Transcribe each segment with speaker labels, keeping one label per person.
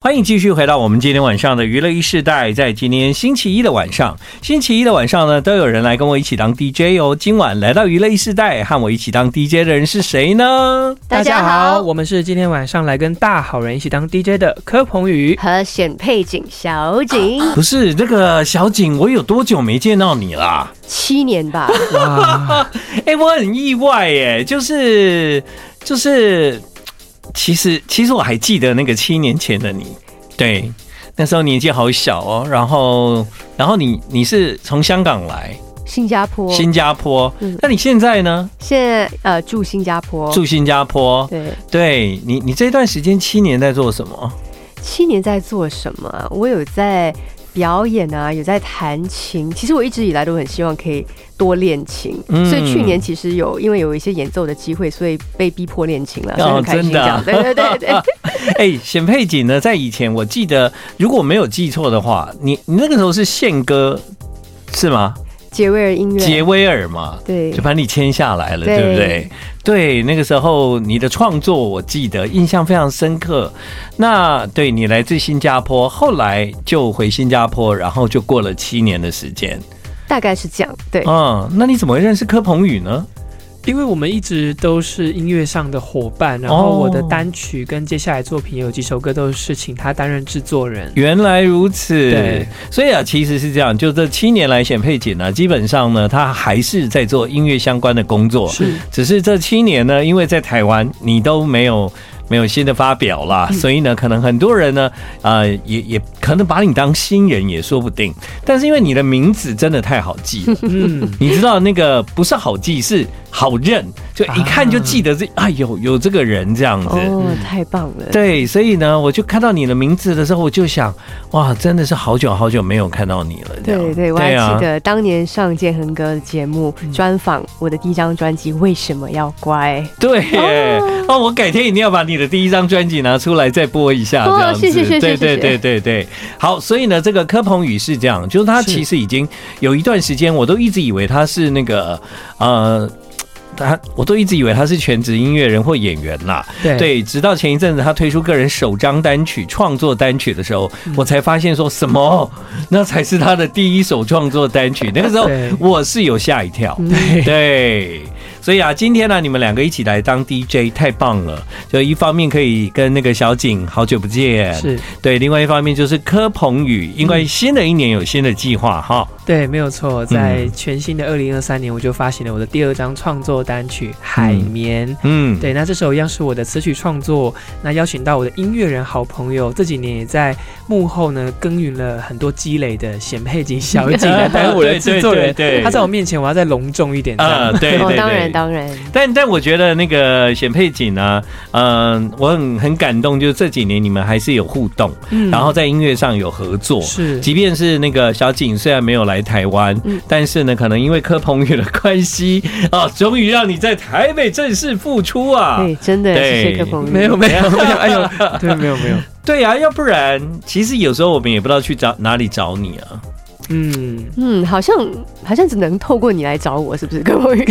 Speaker 1: 欢迎继续回到我们今天晚上的娱乐一世代，在今天星期一的晚上，星期一的晚上呢，都有人来跟我一起当 DJ 哦。今晚来到娱乐一世代和我一起当 DJ 的人是谁呢？
Speaker 2: 大家好，
Speaker 3: 我们是今天晚上来跟大好人一起当 DJ 的柯 鹏宇。
Speaker 2: 和选配景小景、
Speaker 1: 不是那个小景，我有多久没见到你啦？
Speaker 2: 七 年吧，
Speaker 3: 哇，
Speaker 1: 哎、我很意外耶，就是就是，其实其实我还记得那个七年前的你，对，那时候年纪好小哦，然后然后你你是从香港来
Speaker 2: 新加坡，
Speaker 1: 新加坡
Speaker 2: 嗯，
Speaker 1: 那你现在呢？
Speaker 2: 现在呃住新加坡，
Speaker 1: 住新加坡，
Speaker 2: 对，
Speaker 1: 对你你这段时间七年在做什 么？
Speaker 2: 七年在做什么啊？我有在表演啊，有在弹琴。其实我一直以来都很希望可以多练琴，
Speaker 1: 嗯
Speaker 2: 所以去年其实有因为有一些演奏的机会，所以被逼迫练琴了，所以很开
Speaker 1: 真
Speaker 2: 心这
Speaker 1: 的
Speaker 2: 样。
Speaker 1: 啊
Speaker 2: 对对对对，
Speaker 1: 哎，显配景呢，在以前我记得，如果没有记错的话，你你那个时候是宪哥是吗？
Speaker 2: 杰威尔音
Speaker 1: 杰
Speaker 2: 乐，
Speaker 1: 威尔嘛，
Speaker 2: 对
Speaker 1: 就把你签下来了，
Speaker 2: 对
Speaker 1: 对不对？对，那个时候你的创作我记得印象非常深刻。那对你来自新加坡，后来就回新加坡，然后就过了七年的时间。
Speaker 2: 大概是这样。对，
Speaker 1: 嗯，那你怎么会认识柯鹏宇呢？
Speaker 3: 因为我们一直都是音乐上的伙伴，然
Speaker 2: 哦
Speaker 3: 后我的单曲跟接下来作品有几首歌都是请他担任制作人。
Speaker 1: 原来如此
Speaker 3: 对，
Speaker 1: 所以啊，其实是这样，就这七年来，显佩姐呢，啊基本上呢，她还是在做音乐相关的工作，
Speaker 3: 是
Speaker 1: 只是这七年呢，因为在台湾你都没有没有新的发表啦，
Speaker 3: 嗯
Speaker 1: 所以呢，可能很多人呢，呃，也也可能把你当新人也说不定。但是因为你的名字真的太好记 了，
Speaker 3: 嗯，
Speaker 1: 你知道那个不是好记，是好认，就一看就记得 这，
Speaker 3: 啊
Speaker 1: 哎呦，有这个人这样子。
Speaker 2: 哦，
Speaker 3: 嗯
Speaker 2: 太棒了。
Speaker 1: 对，所以呢，我就看到你的名字的时候，我就想，哇，真的是好久好久没有看到你了。这样啊
Speaker 2: 对对，我还记得当年上建恒哥的节目
Speaker 3: 嗯
Speaker 2: 专访我的第一张专辑《为什么要乖》。
Speaker 1: 对耶哦，我改天一定要把你的第一张专辑拿出来再播一下，
Speaker 2: 哦
Speaker 1: 这样子。
Speaker 2: 谢谢谢谢
Speaker 1: 对
Speaker 2: 谢
Speaker 1: 对
Speaker 2: 谢
Speaker 1: 对对对。好，所以呢，这个柯鹏宇是这样，就是他
Speaker 3: 是
Speaker 1: 其实已经有一段时间，我都一直以为他是那个呃。他，我都一直以为他是全职音乐人或演员啦，
Speaker 3: 对
Speaker 1: 对，直到前一阵子他推出个人首张单曲、创作单曲的时候，
Speaker 3: 嗯
Speaker 1: 我才发现说什么那才是他的第一首创作单曲。那个时候
Speaker 3: 对嗯
Speaker 1: 我是有吓一跳，对。所以啊，今天呢、你们两个一起来当 DJ，太棒了！就一方面可以跟那个小景好久不见，
Speaker 3: 是嗯
Speaker 1: 对；另外一方面就是柯鹏宇，因为新的一年有新的计划哈。
Speaker 3: 对，没有错。在
Speaker 2: 嗯
Speaker 3: 全新的二零二三年，我就发行了我的第二张创作单曲《海绵》。
Speaker 1: 嗯，
Speaker 3: 对，那这首一样是我的词曲创作，那邀请到我的音乐人好朋友，这几年也在幕后呢耕耘了很多积累的显配 景小景来担任我的
Speaker 1: 对对
Speaker 3: 制作人，
Speaker 1: 对对
Speaker 3: 他在我面前我要再隆重一点，这
Speaker 1: 啊、
Speaker 3: 样
Speaker 1: 对对
Speaker 2: 哦，
Speaker 1: 对，
Speaker 2: 当然当然，
Speaker 1: 但但我觉得那个显配景呢、嗯、我很很感动，就是这几年你们还是有互动，
Speaker 3: 嗯
Speaker 1: 然后在音乐上有合作。
Speaker 3: 是
Speaker 1: 即便是那个小景虽然没有来台湾，
Speaker 2: 嗯
Speaker 1: 但是呢，可能因为柯鹏宇的关系 啊，终于让你在台北正式复出啊！
Speaker 2: 对，真的
Speaker 1: 对
Speaker 2: 谢谢柯鹏宇。
Speaker 3: 没 有没有没有，哎呦，对，没有没有，
Speaker 1: 对啊，要不然其实有时候我们也不知道去找哪里找你啊。
Speaker 3: 嗯，
Speaker 2: 嗯，好像好像只能透过你来找我，是不是，柯鹏宇？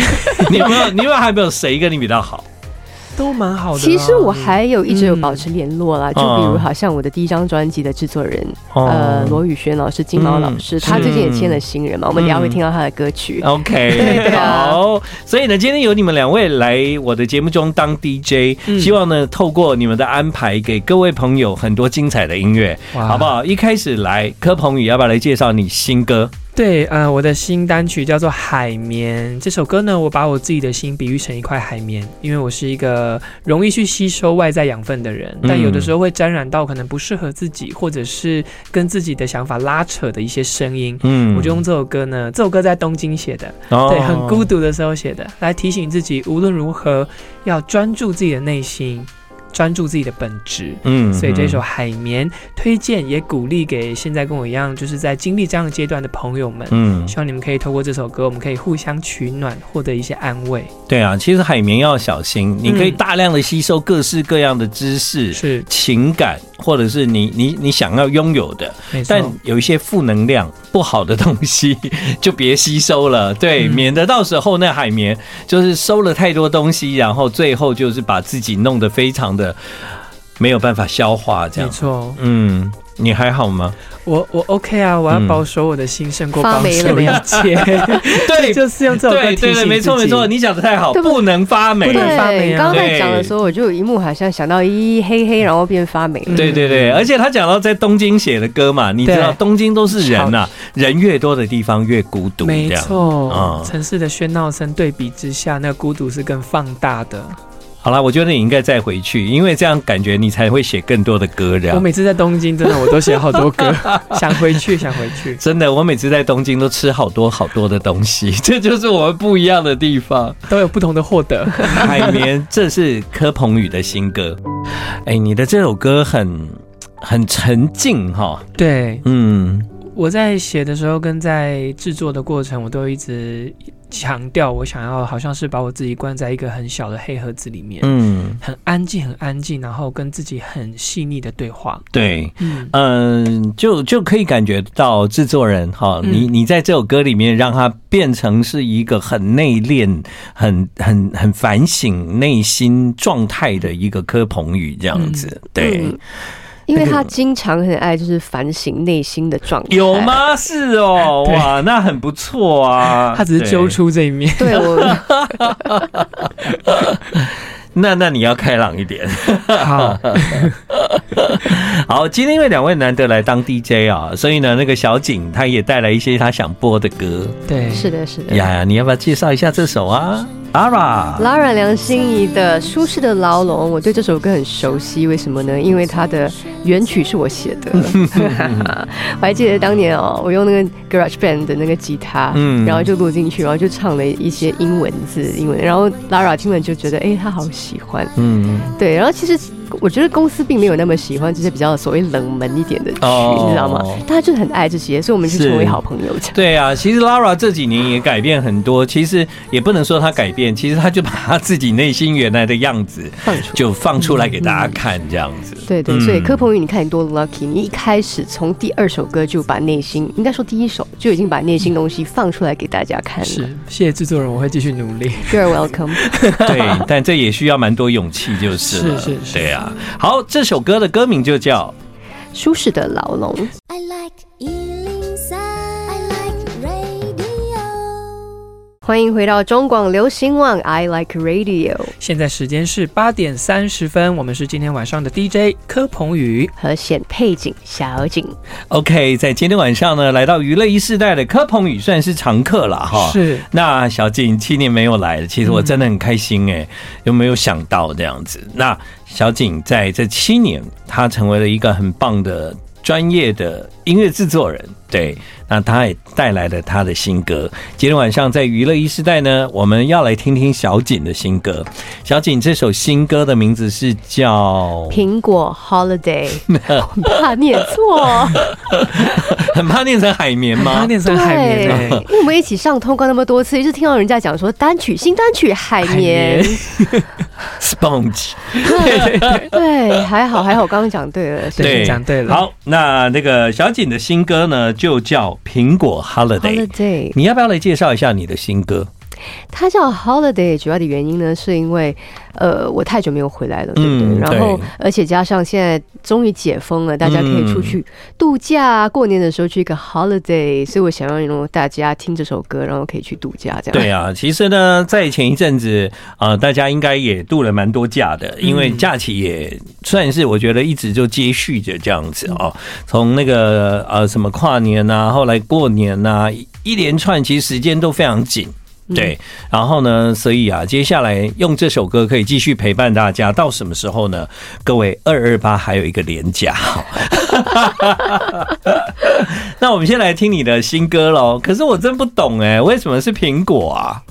Speaker 1: 你有没有？你有没有还没有谁跟你比较好？
Speaker 3: 都蛮 好的啦。啊
Speaker 2: 其实我还有一直有
Speaker 3: 嗯
Speaker 2: 保持联络啦，就比如好像我的第一张专辑的制作人，
Speaker 3: 哦
Speaker 2: 呃，罗宇轩老师、金毛老师，
Speaker 1: 嗯
Speaker 2: 他最近也签了新人嘛，我们等一下会
Speaker 1: 嗯
Speaker 2: 听到他的歌曲。
Speaker 3: 哦
Speaker 1: OK，
Speaker 2: 对啊
Speaker 1: 好，所以呢，今天有你们两位来我的节目中当 DJ，、
Speaker 3: 嗯
Speaker 1: 希望呢透过你们的安排，给各位朋友很多精彩的音乐，
Speaker 3: 嗯哇
Speaker 1: 好不好？一开始来，柯鹏宇要不要来介绍你新歌？
Speaker 3: 对，呃，我的新单曲叫做《海绵》。这首歌呢，我把我自己的心比喻成一块海绵，因为我是一个容易去吸收外在养分的人，
Speaker 1: 嗯
Speaker 3: 但有的时候会沾染到可能不适合自己，或者是跟自己的想法拉扯的一些声音。
Speaker 1: 嗯
Speaker 3: 我就用这首歌呢，这首歌在东京写的，
Speaker 1: 哦
Speaker 3: 对，很孤独的时候写的，来提醒自己无论如何要专注自己的内心，专注自己的本质。
Speaker 1: 嗯
Speaker 3: 所以这首
Speaker 1: 嗯
Speaker 3: 《海绵》推荐也鼓励给现在跟我一样，就是在经历这样的阶段的朋友们。
Speaker 1: 嗯，
Speaker 3: 希望你们可以透过这首歌，我们可以互相取暖，获得一些安慰。
Speaker 1: 对啊，其实海绵要小心，你可以
Speaker 3: 嗯
Speaker 1: 大量的吸收各式各样的知识、
Speaker 3: 是，
Speaker 1: 情感，或者是你你你想要拥有的，
Speaker 3: 没错
Speaker 1: 但。有一些负能量、不好的东西 就别吸收了，对，
Speaker 3: 嗯
Speaker 1: 免得到时候那海绵就是收了太多东西，然后最后就是把自己弄得非常的没有办法消化这
Speaker 3: 没
Speaker 1: 样。
Speaker 3: 错，
Speaker 1: 嗯，你还好吗？
Speaker 3: 我我 OK 啊，我要
Speaker 1: 嗯
Speaker 3: 保守我的心胜过
Speaker 2: 发
Speaker 3: 保
Speaker 2: 霉了
Speaker 3: 守
Speaker 2: 没
Speaker 3: 一
Speaker 2: 有
Speaker 3: 切，
Speaker 1: 对
Speaker 3: 就是用 这首歌
Speaker 1: 对对对，
Speaker 3: 提醒自己
Speaker 1: 没错没错，你讲的太好，
Speaker 2: 对不
Speaker 1: 不能发霉
Speaker 3: 不。能发霉
Speaker 2: 对，
Speaker 3: 啊
Speaker 2: 刚刚在
Speaker 1: 对
Speaker 2: 讲的时候，我就有一幕好像想到咦黑黑，然后变发霉了。
Speaker 1: 对对对，而且他讲到在东京写的歌嘛，你知道
Speaker 3: 对
Speaker 1: 东京都是人呐、啊人越多的地方越孤独，这
Speaker 3: 没
Speaker 1: 样。
Speaker 3: 错
Speaker 1: 嗯，
Speaker 3: 城市的喧闹声对比之下，那个孤独是更放大的。
Speaker 1: 好啦，我觉得你应该再回去，因为这样感觉你才会写更多的歌这
Speaker 3: 我
Speaker 1: 样。
Speaker 3: 每次在东京，真的我都写好多歌， 想回去，想回去。
Speaker 1: 真的，我每次在东京都吃好多好多的东西， 这就是我们不一样的地方。
Speaker 3: 都有不同的 获得。
Speaker 1: 海绵，这是柯鹏宇的新歌。哎，你的这首歌很很沉静哈，
Speaker 3: 对，
Speaker 1: 嗯
Speaker 3: 我在写的时候跟在制作的过程，我都一直强调，我想要好像是把我自己关在一个很小的黑盒子里面，
Speaker 1: 嗯，
Speaker 3: 很安静，很安静，然后跟自己很细腻的对话。
Speaker 1: 对，
Speaker 3: 嗯，
Speaker 1: 嗯，就就可以感觉到制作人哈，
Speaker 3: 嗯
Speaker 1: 你你在这首歌里面让它变成是一个很内敛、很很很反省内心状态的一个柯鹏宇这样子，对
Speaker 2: 嗯，，因为
Speaker 1: 那个
Speaker 2: 他经常很爱就是反省内心的状态。
Speaker 1: 有？吗？是哦，
Speaker 3: 哎 对
Speaker 1: 哇，那很不错啊。
Speaker 3: 他只是揪
Speaker 1: 对。
Speaker 3: 出这一面。
Speaker 2: 对 我
Speaker 1: 那那你要开朗一点。
Speaker 3: 好，
Speaker 1: 好，今天因为两位难得来当 DJ 啊，所以呢，那个小景他也带来一些他想播的歌
Speaker 3: 对，
Speaker 2: 是的，是的。
Speaker 1: 呀。你要不要介绍一下这首啊？Ara，
Speaker 2: Lara 梁心颐的《舒适的牢笼》，我对这首歌很熟悉，为什么呢？因为它的原曲是我写 的，我还记得当年哦，我用那个 Garage Band 的那个吉他，
Speaker 1: 嗯
Speaker 2: 然后就录进去，然后就唱了一些英文字，英文，然后 Lara 听了就觉得，哎、她好喜欢，
Speaker 1: 嗯，
Speaker 2: 对，然后其实我觉得公司并没有那么喜欢这些比较所谓冷门一点的曲，
Speaker 1: 哦
Speaker 2: 你知道吗？大家就很爱这些，所以我们就是成为好朋友这样。
Speaker 1: 对啊，其实 Lara 这几年也改变很多，其实也不能说她改变，其实她就把她自己内心原来的样子
Speaker 2: 放出
Speaker 1: 就放出来给大
Speaker 3: 嗯
Speaker 1: 家看，这样子。
Speaker 2: 对对，
Speaker 1: 嗯
Speaker 2: 所以柯鹏宇，你看你多 lucky，你一开始从第二首歌就把内心，应该说第一首就已经把内心东西放出来给大家看
Speaker 3: 是
Speaker 2: 了。，
Speaker 3: 谢谢制作人，我会继续努力。
Speaker 2: You're welcome。
Speaker 1: 对，但这也需要蛮多勇气，就是了。
Speaker 3: 是是是
Speaker 1: 对啊。好，这首歌的歌名就叫
Speaker 2: 舒适的牢笼，
Speaker 4: I like Ealing Sound. I like radio.
Speaker 2: 欢迎回到中广流行网，I like radio
Speaker 3: 现在时间是八点三十分，我们是今天晚上的 DJ 柯鹏宇。
Speaker 2: 和显配景小景。
Speaker 1: OK。在今天晚上呢，来到娱乐一世代的柯鹏宇算是常客了哈。。
Speaker 3: 是，
Speaker 1: 那小景七年没有来了，其实我真的很开心哎、有没有想到这样子？那小景在这七年，他成为了一个很棒的专业的音乐制作人，对，那他也带来了他的新歌。今天晚上在娱乐一时代呢，我们要来听听小景的新歌。小景这首新歌的名字是叫……
Speaker 2: 苹果 Holiday，我 怕念错。
Speaker 1: 很怕念成海绵
Speaker 3: 他
Speaker 1: 吗？
Speaker 3: 念成
Speaker 2: 对，
Speaker 3: 海绵欸
Speaker 2: 因为我们一起上通告那么多次，一直听到人家讲说单曲新单曲海绵，
Speaker 1: sponge。
Speaker 2: 对，还好还好，刚刚讲对了，是
Speaker 3: 对讲对了
Speaker 1: 好，那那个小景的新歌呢，就叫《苹果 Holiday》。
Speaker 2: Holiday，
Speaker 1: 你要不要来介绍一下你的新歌？
Speaker 2: 它叫 Holiday，主要的原因呢，是因为呃，我太久没有回来了，对不对？
Speaker 1: 嗯
Speaker 2: 然后
Speaker 1: 对
Speaker 2: 而且加上现在终于解封了，大家可以出去度假啊，过年的时候去一个 Holiday，所以我想要让大家听这首歌，然后可以去度假，这样
Speaker 1: 对啊，其实呢，在前一阵子啊、呃大家应该也度了蛮多假的，因为假期也算是我觉得一直就接续着这样子哦。从那个呃什么跨年呐、后来过年呐、一一连串其实时间都非常紧。对，然后呢，所以啊，接下来用这首歌可以继续陪伴大家到什么时候呢？各位，二二八还有一个连假。 那我们先来听你的新歌喽。可是我真不懂哎、为什么是苹果啊？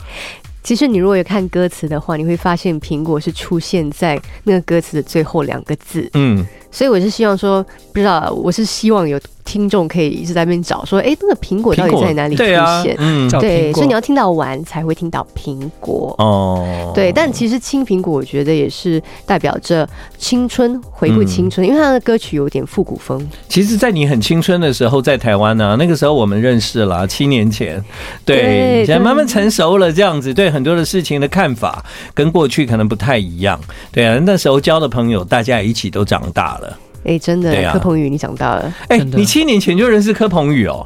Speaker 2: 其实你如果有看歌词的话，你会发现苹果是出现在那个歌词的最后两个字，
Speaker 1: 嗯，
Speaker 2: 所以我是希望说，不知道我是希望有听众可以一直在那边找说，哎、那个苹果到底在哪里出
Speaker 1: 对啊
Speaker 2: 现，？
Speaker 1: 嗯
Speaker 3: 找
Speaker 2: 对，
Speaker 3: 苹
Speaker 2: 所以你
Speaker 3: 果
Speaker 2: 要听到完才会听到苹果。
Speaker 1: 哦，
Speaker 2: 对，但其实青苹果我觉得也是代表着青春，回顾青
Speaker 1: 嗯
Speaker 2: 春，因为他的歌曲有点复古风。
Speaker 1: 其实，在你很青春的时候，在台湾呢、那个时候我们认识了啊，七年前，对，
Speaker 2: 对
Speaker 1: 现在
Speaker 2: 对
Speaker 1: 慢慢成熟了，这样子，对很多的事情的看法跟过去可能不太一样，对啊，那时候交的朋友，大家一起都长大了。
Speaker 2: 哎，真的
Speaker 1: 对，啊
Speaker 2: 柯鹏宇，你长大了，
Speaker 1: 哎、
Speaker 3: 真的
Speaker 1: 你七年前就认识柯鹏宇哦？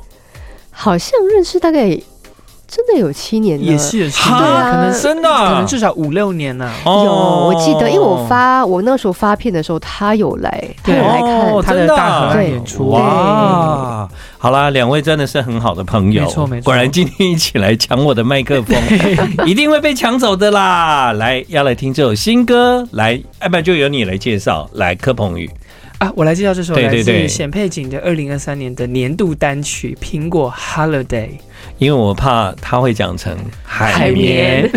Speaker 2: 好像认识大概真的有七年了。
Speaker 3: 也是有新的，
Speaker 1: 哈
Speaker 3: 可能
Speaker 1: 真的
Speaker 2: 啊
Speaker 3: 可能至少五六年呐、
Speaker 1: 哦
Speaker 2: 有，我记得，因为我发我那时候发片的时候，他有来，他
Speaker 3: 对
Speaker 2: 有来看，
Speaker 1: 哦
Speaker 3: 他的
Speaker 1: 真的
Speaker 3: 大河
Speaker 2: 对
Speaker 3: 岸演出，
Speaker 1: 哇，好啦，两位真的是很好的朋友，
Speaker 3: 没错没错
Speaker 1: 果然今天一起来抢我的麦克风，一定会被抢走的啦！来，要来听这首新歌，来，要不然就由你来介绍，来柯鹏宇，
Speaker 3: 啊，我来介绍这首
Speaker 1: 对
Speaker 3: 来
Speaker 1: 对对
Speaker 3: 自显佩景的二零二三年的年度单曲《苹果 Holiday
Speaker 1: 因为我怕他会讲成海
Speaker 2: 海》。绵
Speaker 1: 绵。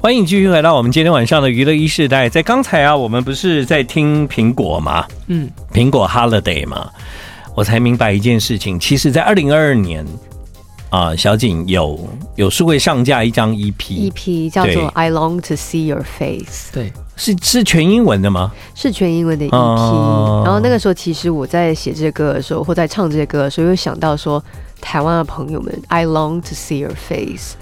Speaker 1: 欢迎继续回到我们今天晚上的娱乐一世代。在刚才啊，我们不是在听苹果吗？
Speaker 3: 嗯，
Speaker 1: 苹果 Holiday 嘛，我才明白一件事情。其实，在二零二二年啊、小景有有数位上架一张 E EP，
Speaker 2: EP E 叫
Speaker 1: 对
Speaker 2: 做《I Long to See Your Face
Speaker 3: 对，
Speaker 1: 是是全英文的吗？》，
Speaker 2: 是全英文的 EP。
Speaker 1: 哦
Speaker 2: 然后那个时候，其实我在写这些歌的时候，或在唱这些歌的时候，又想到说，台湾的朋友们，I long to see your face。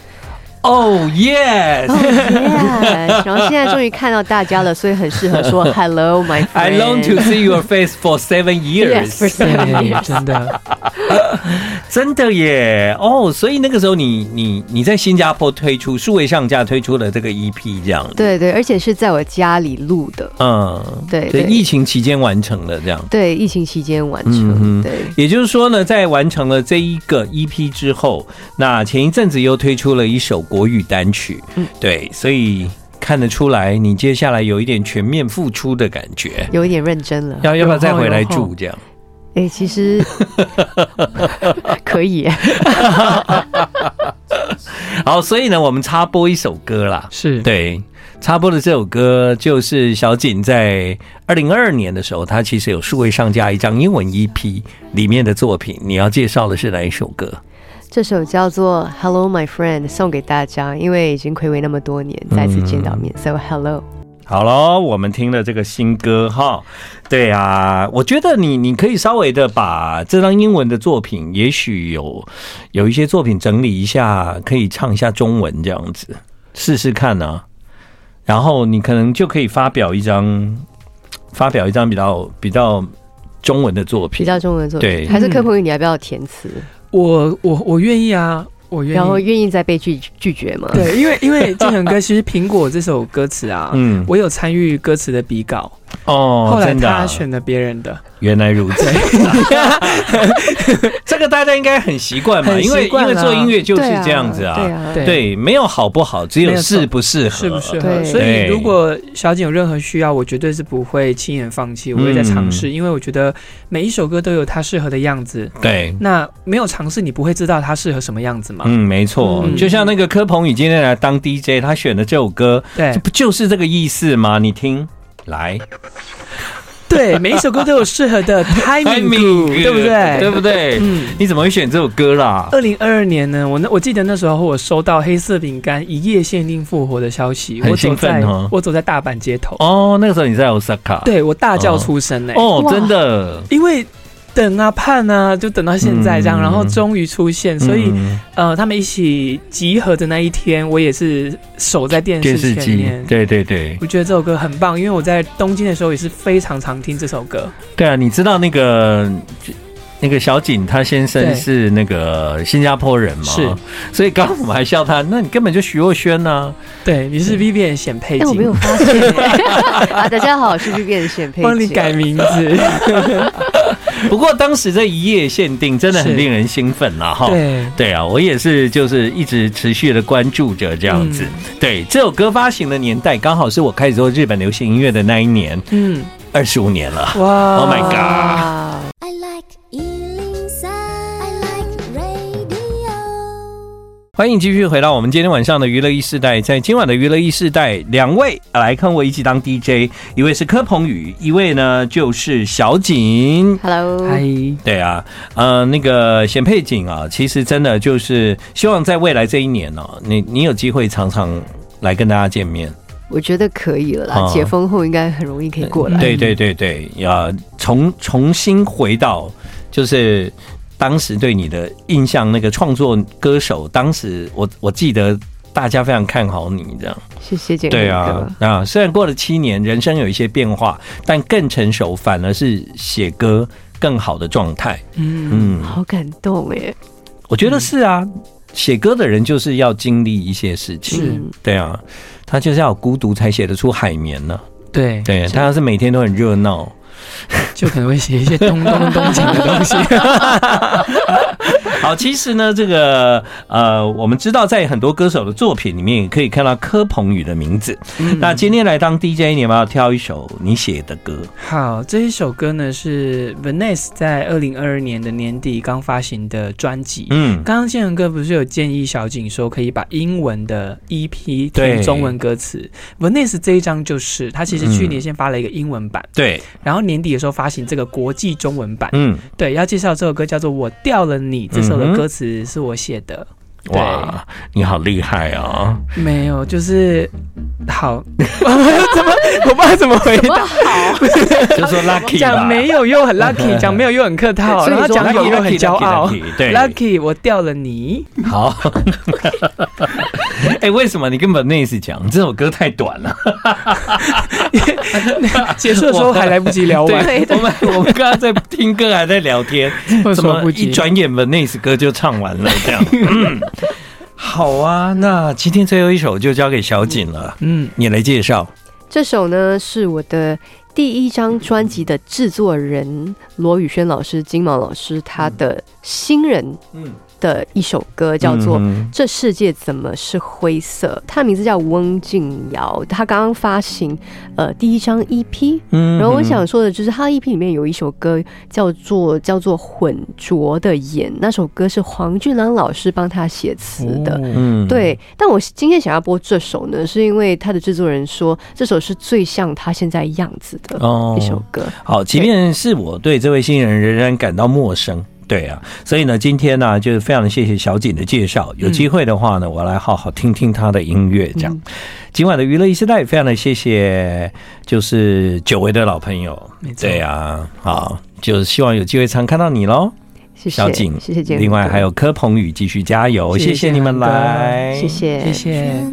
Speaker 1: 哦、耶
Speaker 2: Oh, yes！然后现 在终于看到大家了，所以很适合 说 Hello, my friend。
Speaker 1: i long to see your face for seven years
Speaker 2: Yes, for
Speaker 3: 对，真的，
Speaker 1: 真的耶！哦、所以那个时候你你你在新加坡推出数位上架推出了这个 EP 这样子，
Speaker 2: 对对，而且是在我家里录的。
Speaker 1: 嗯，
Speaker 2: 对
Speaker 1: 对，
Speaker 2: 对
Speaker 1: 疫情期间完成了这样。
Speaker 2: 对，疫情期间完
Speaker 1: 嗯哼
Speaker 2: 成。对，
Speaker 1: 也就是说呢，在完成了这一个 EP 之后，那前一阵子又推出了一首国语单曲，
Speaker 2: 嗯
Speaker 1: 对，所以看得出来你接下来有一点全面付出的感觉。
Speaker 2: 有一点认真了。
Speaker 1: 要要不要再回来
Speaker 3: 有后有后
Speaker 1: 住这样？
Speaker 2: 哎、其实 可以。
Speaker 1: 好，所以呢，我们插播一首歌啦。
Speaker 3: 是
Speaker 1: 对，插播的这首歌就是小景在二零二二年的时候，他其实有数位上架一张英文 EP 里面的作品。你要介绍的是哪一首歌？
Speaker 2: 这首叫做《Hello My Friend》送给大家，因为已经暌违那么多年，再次见到面、s
Speaker 1: 嗯
Speaker 2: o Hello。
Speaker 1: 好喽，我们听了这个新歌哈，对啊，我觉得你你可以稍微的把这张英文的作品，也许有有一些作品整理一下，可以唱一下中文这样子，试试看啊。然后你可能就可以发表一张，发表一张比较比较中文的作
Speaker 2: 比
Speaker 1: 品。
Speaker 2: 较中文作
Speaker 1: 对
Speaker 2: 品，还是柯鹏宇，你要不要填词？
Speaker 3: 我我我愿意啊，我
Speaker 1: 嗯
Speaker 3: 愿
Speaker 2: 然后
Speaker 3: 意。
Speaker 2: 愿意再被拒拒绝吗？
Speaker 3: 对，因为因为建恒哥其实《苹果》这首歌词啊，
Speaker 1: 嗯，
Speaker 3: 我有参与歌词的比稿，
Speaker 1: 哦
Speaker 3: 后，来
Speaker 1: 真的啊
Speaker 3: 他，选了别人的，
Speaker 1: 原来如 此。这个大家应该很习惯嘛，
Speaker 3: 很习
Speaker 1: 因为因
Speaker 3: 惯
Speaker 1: 为
Speaker 3: 啦
Speaker 1: 做音乐就是这样子
Speaker 2: 对啊，对啊
Speaker 3: 对
Speaker 1: 对，没有好不好，只有
Speaker 3: 没有
Speaker 1: 适不适合，
Speaker 3: 适不适合？
Speaker 2: 对
Speaker 3: 所以
Speaker 1: 对
Speaker 3: 如果小景有任何需要，我绝对是不会轻言放
Speaker 1: 嗯
Speaker 3: 弃，我会再尝试，因为我觉得每一首歌都有它适合的样子。
Speaker 1: 对。
Speaker 3: 那没有尝试，你不会知道它适合什么样子嘛？
Speaker 1: 嗯，没错，
Speaker 3: 嗯
Speaker 1: 就像那个柯鹏宇今天来当 DJ，他选的这首歌，
Speaker 3: 对
Speaker 1: 这不就是这个意思吗？你听，来，
Speaker 3: 对，每一首歌都有适合的 timing，
Speaker 1: Timing，
Speaker 3: 对不
Speaker 1: 对
Speaker 3: 对？
Speaker 1: 不对？
Speaker 3: 嗯。
Speaker 1: 你怎么会选这首歌啦？
Speaker 3: 二零二二年呢，我那我记得那时候我收到黑色饼干一夜限定复活的消息，
Speaker 1: 很
Speaker 3: 我
Speaker 1: 兴
Speaker 3: 走
Speaker 1: 奋
Speaker 3: 在
Speaker 1: 哦
Speaker 3: 我走在大阪街头，
Speaker 1: 哦，那个时候你在 Osaka，，
Speaker 3: 对我大叫出声呢、
Speaker 1: 哦，
Speaker 2: 哇
Speaker 1: 真的，
Speaker 3: 因为等啊盼啊，就等到现在这样，
Speaker 1: 嗯
Speaker 3: 然后终于出现，所以
Speaker 1: 嗯
Speaker 3: 呃，他们一起集合的那一天，我也是守在电
Speaker 1: 电
Speaker 3: 视
Speaker 1: 视
Speaker 3: 前
Speaker 1: 机
Speaker 3: 面，。
Speaker 1: 对对对，
Speaker 3: 我觉得这首歌很棒，因为我在东京的时候也是非常常听这首歌。
Speaker 1: 对啊，你知道那个那个小景他先生
Speaker 3: 对
Speaker 1: 是那个新加坡人嘛？
Speaker 3: 是，
Speaker 1: 所以刚刚我们还笑他，那你根本就徐若瑄啊呐、
Speaker 3: 对，你是 Vivian 显配
Speaker 2: 哎但我没有
Speaker 3: 景，
Speaker 2: 发现、 欸。啊，大家好，我是 B B 的选配
Speaker 3: 帮你改名 字。
Speaker 1: 不过当时这一夜限定真的很
Speaker 3: 是
Speaker 1: 令人兴奋啦，哈。
Speaker 3: 对，
Speaker 1: 对啊，我也是，就是一直持续的关注着这样子。对，这首歌发行的年代刚好是我开始做日本流行音乐的那一年，
Speaker 3: 嗯，
Speaker 1: 二十五年了。
Speaker 3: 哇
Speaker 1: Oh my god
Speaker 2: 啊，
Speaker 4: I like Ealing Sound. I like radio.
Speaker 1: 欢迎继续回到我们今天晚上的娱乐一世代，在今晚的娱乐一世代，两位来跟我一起当 DJ，一位是柯鹏宇，一位呢就是小景。
Speaker 2: Hello，
Speaker 3: 嗨，
Speaker 1: 对啊，呃，那个显配景啊，其实真的就是希望在未来这一年呢、哦你你有机会常常来跟大家见面。
Speaker 2: 我觉得可以了啦，
Speaker 1: 啊
Speaker 2: 解封后应该很容易可以过来。
Speaker 1: 对对对对，要重重新回到就是当时对你的印象，那个创作歌手，当时我我记得大家非常看好你这样。
Speaker 2: 谢谢建
Speaker 1: 对
Speaker 2: 哥
Speaker 1: 啊，，啊，虽然过了七年，人生有一些变化，但更成熟反而是写歌更好的状态。
Speaker 3: 嗯，
Speaker 1: 嗯，
Speaker 2: 好感动哎，
Speaker 1: 我觉得是啊，写歌的人就是要经历一些事情。
Speaker 3: 是
Speaker 2: 嗯
Speaker 1: 对啊，他就是要有孤独才写得出海绵呢、
Speaker 3: 对
Speaker 1: 对，他要是每天都很热 闹，
Speaker 3: 就可能会写一些 东东东景的东西。
Speaker 1: 好，其实呢，这个呃，我们知道在很多歌手的作品里面也可以看到柯鹏宇的名字。
Speaker 3: 嗯
Speaker 1: 那今天来当 DJ，你有没有挑一首你写的歌？
Speaker 3: 好，这一首歌呢是 Vanessa 在二零二二年的年底刚发行的专辑。
Speaker 1: 嗯，
Speaker 3: 刚刚建仁哥不是有建议小景说可以把英文的 EP
Speaker 1: 对
Speaker 3: 填中文歌词，Vanessa 这一张就是他其实去年先发了一个英文版，
Speaker 1: 对，
Speaker 3: 然后年底的时候发行这个国际中文版。
Speaker 1: 嗯，
Speaker 3: 对，要介绍这首歌叫做《我掉了你》，这首的歌词是我写的。对
Speaker 1: 哇，你好厉害 啊！
Speaker 3: 没有，就是 好，怎么我不知道怎么回
Speaker 2: 怎么
Speaker 3: 答。
Speaker 2: 好？
Speaker 1: 就说 lucky 吧
Speaker 3: 讲，没有又很 lucky，讲没有又很客套，
Speaker 2: 所以
Speaker 3: 然后
Speaker 2: 说
Speaker 3: 讲有
Speaker 1: lucky
Speaker 3: 又很
Speaker 1: lucky
Speaker 3: 骄傲。
Speaker 1: lucky，对
Speaker 3: Lucky，我掉了 你。
Speaker 1: 好。 哎，为什么你跟 Vanessa 讲这首歌太短了？
Speaker 3: 结束的时候还来不及聊 完，
Speaker 1: 对，我们我们刚刚在听歌，还在聊 天，
Speaker 3: 措
Speaker 1: 怎
Speaker 3: 手
Speaker 1: 么
Speaker 3: 不
Speaker 1: 一
Speaker 3: 及。
Speaker 1: 转眼 Vanessa 歌就唱完了？这 样，嗯好啊。那今天最后一首就交给小景了，
Speaker 3: 嗯，
Speaker 1: 你来介绍。
Speaker 2: 这首呢是我的第一张专辑的制作人罗宇轩老师、金毛老师他的新人
Speaker 1: 嗯，
Speaker 2: 的一首歌，叫做
Speaker 1: 嗯
Speaker 2: 这世界怎么是灰色？他的名字叫翁静瑶，他刚刚发行呃第一张 EP。
Speaker 1: 嗯
Speaker 2: 然后我想说的就是，他 EP 里面有一首歌叫做叫做《混浊的眼》，那首歌是黄俊郎老师帮他写词的。
Speaker 3: 哦
Speaker 1: 嗯，
Speaker 2: 对，但我今天想要播这首呢，是因为他的制作人说这首是最像他现在样子的
Speaker 1: 哦
Speaker 2: 一首歌。
Speaker 1: 好，即便是我对这位新人仍然感到陌生。对啊，所以呢，今天呢、就是非常谢谢小景的介绍。有机会的话呢，我来好好听听他的音乐。这样，
Speaker 2: 嗯
Speaker 1: 今晚的娱乐一时代，非常的谢谢，就是久违的老朋友。
Speaker 3: 没错
Speaker 1: 对啊，好，就是希望有机会常看到你喽。
Speaker 2: 谢谢
Speaker 1: 小景
Speaker 2: 谢谢建哥
Speaker 1: 另外还有柯鹏宇继续加油，
Speaker 3: 谢谢
Speaker 1: 谢谢你们
Speaker 3: 韩哥
Speaker 1: 来，
Speaker 2: 谢谢
Speaker 1: 嗯
Speaker 3: 谢谢。